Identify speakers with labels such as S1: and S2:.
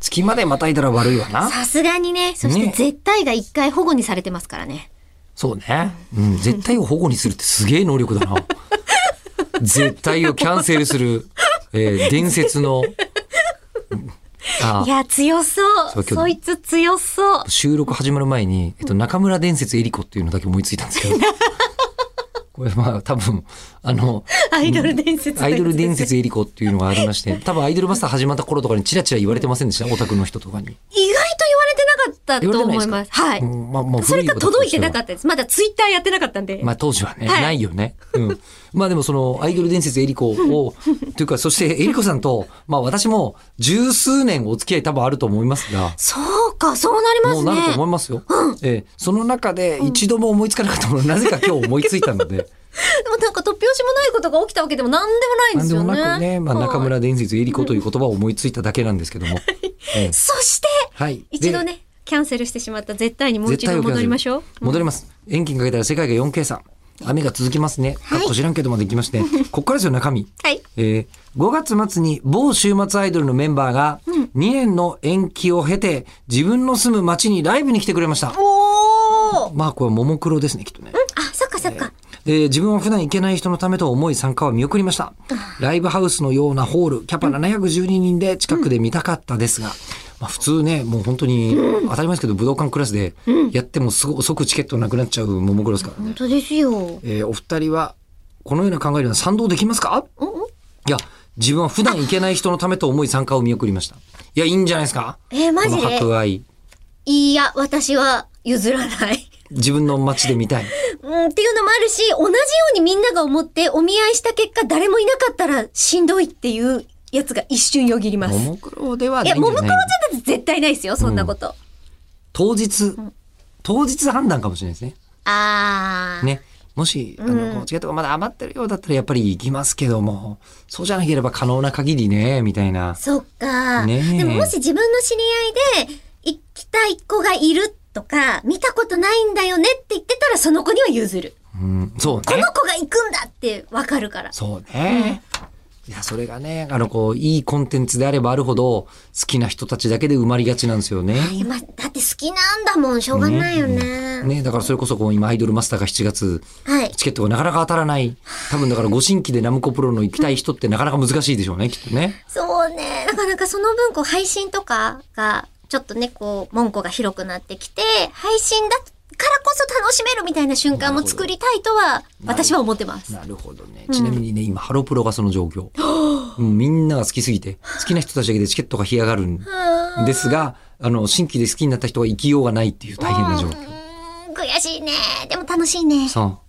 S1: 隙間でまたいだら悪いわな。
S2: さすがにね、そして
S1: ね
S2: 絶対が一回保護にされてますからね。
S1: そうね。うん、絶対を保護にするってすげえ能力だ な。絶対をキャンセルする、えー伝説の、あ
S2: いや、強そう。
S1: そう
S2: そ
S1: 今日
S2: いつ強そう。
S1: 収録始まる前に、えっと、中村伝説エリコっていうのだけ思いついたんです けど。これまあ多分、あの、
S2: アイドル伝説、
S1: アイドル伝。説エリコっていうのがありまして、多分アイドルマスター始まった頃とかにチラチラ言われてませんでしたオタクの人とかに。
S2: 意外と言われてなかった
S1: 言わ
S2: と
S1: れてないです
S2: 思い
S1: か
S2: ます。はい。
S1: うんまあもう
S2: そ
S1: 古い
S2: れ
S1: オタ
S2: か
S1: クとしては
S2: 届いてなかったです。まだツイッターやってなかったんで。
S1: まあ当時はね、
S2: はい
S1: ないよね。うん。まあでもそのアイドル伝説エリコ を、というか、そしてエリコさんと、まあ私も十数年お付き合い多分あると思いますが、
S2: そうか、そうなりま
S1: も
S2: す
S1: うなると思
S2: ね。
S1: いますよ。ええその中で一度も思いつかなかったもの、なぜか今日思いついたの で、
S2: でもなんか突拍子もないことが起きたわけでもなんでもないん
S1: な
S2: で
S1: ん
S2: す
S1: で
S2: よ
S1: も
S2: ね。
S1: なくね、まあ中
S2: はい。
S1: 村伝説エリコという言葉を思いついただけなんですけ ども。ええ
S2: そして、
S1: はい。
S2: 一度
S1: で
S2: ね、キャンセルしてしまった絶対にもう一
S1: 絶対
S2: 度
S1: をキャンセル
S2: 戻りましょう。
S1: 戻ります。遠近かけたら世界が 4K さん。雨が続きますね。かっこ知らんけどまで行きま して。こっからですよ、中身。
S2: はい。
S1: えー5月末に某週末アイドルのメンバーが2年の延期を経て自分の住む町にライブに来てくれました。
S2: おー
S1: まあこれはももクロですね、きっとね。
S2: あ、そっかそっか。
S1: えー自分は普段行けない人のためと思い参加は見送りました。ライブハウスのようなホール、キャパ712人で近くで見たかったですが、まあ普通ね、もう本当に当たり前ですけど武道館クラスでやってもすご即チケットなくなっちゃうももクロですからね。
S2: 本当ですよ。
S1: えーお二人はこのような考えには賛同できますか
S2: おお
S1: いや、自分は普段行けない人のためと思い参加を見送りま した。いや、いいんじゃないですか
S2: えーマジ
S1: この
S2: で
S1: 博愛。
S2: いや、私は譲らない。
S1: 自分の街で見たい。
S2: うん、っていうのもあるし、同じようにみんなが思ってお見合いした結果誰もいなかったらしんどいっていうやつが一瞬よぎります。
S1: も
S2: い
S1: もクロではない
S2: や、
S1: んじ
S2: も
S1: ゃ
S2: もクロ
S1: ない
S2: ちゃんだって絶対ないですよ、そんなこと。
S1: 当日、当日判断かもしれないですね。
S2: あー。
S1: ね。もし、あの、このチケットがまだ余ってるようだったらやっぱり行きますけども、そうじゃなければ可能な限りね、みたいな。
S2: そっか。
S1: ねえ
S2: でももし自分の知り合いで行きたい子がいるとか、見たことないんだよねって言ってたらその子には譲る。
S1: うん、そうね。
S2: この子が行くんだってわかるから。
S1: そうね。いや、それがね、あの、こう、いいコンテンツであればあるほど、好きな人たちだけで埋まりがちなんですよね。
S2: いやまあだって好きなんだもん、しょうがないよね。
S1: ね、だからそれこそこう今アイドルマスターが7月、
S2: はい。
S1: チケットがなかなか当たらない。多分だからご新規でナムコプロの行きたい人ってなかなか難しいでしょうね、きっとね。
S2: そうね。なかなかその分、こう、配信とかが、ちょっとね、こう、門戸が広くなってきて、配信だからこそ楽しめるみたいな瞬間も作りたいとは、私は思ってます。
S1: なるほどね。ちなみにね、今ハロプロがその状況。もうみんなが好きすぎて、好きな人たちだけでチケットが干上がるん
S2: う
S1: ですが、あの、新規で好きになった人が生きようがないっていう大変な状況。
S2: ーん、悔しいね。でも楽しいね。
S1: さあ、